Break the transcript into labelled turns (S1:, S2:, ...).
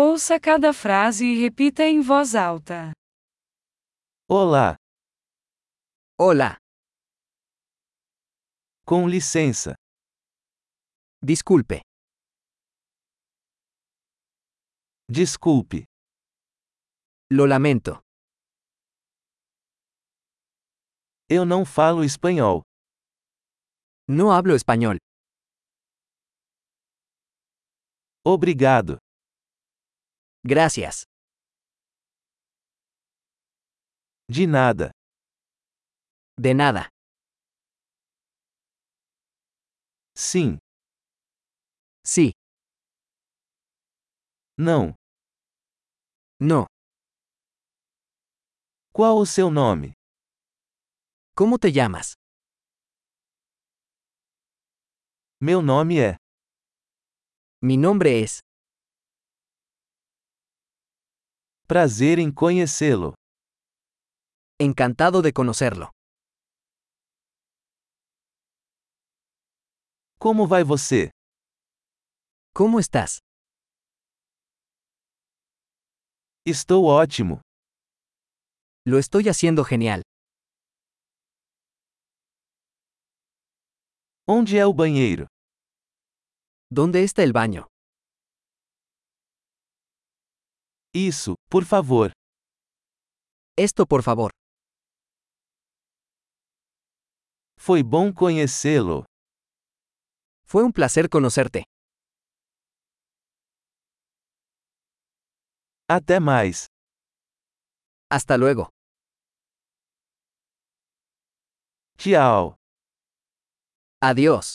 S1: Ouça cada frase e repita em voz alta.
S2: Olá,
S3: Hola,
S2: com licença.
S3: disculpe,
S2: Desculpe.
S3: lo lamento,
S2: Eu não falo espanhol.
S3: no hablo español.
S2: Obrigado.
S3: Gracias,
S2: De nada.
S3: de nada.
S2: Sim.
S3: Sí,
S2: Não.
S3: no.
S2: Qual o seu nome?
S3: ¿Cómo te llamas?
S2: Meu nome é.
S3: Mi nombre es.
S2: Prazer em conhecê-lo.
S3: Encantado de conocerlo.
S2: Como vai você?
S3: ¿Cómo estás?
S2: Estou ótimo.
S3: Lo estoy haciendo genial.
S2: Onde é o banheiro?
S3: ¿Dónde está el baño?
S2: Isso, por favor.
S3: Esto, por favor.
S2: Foi bom conhecê-lo.
S3: Fue un placer conocerte.
S2: Até mais.
S3: Hasta luego.
S2: Tchau.
S3: Adiós.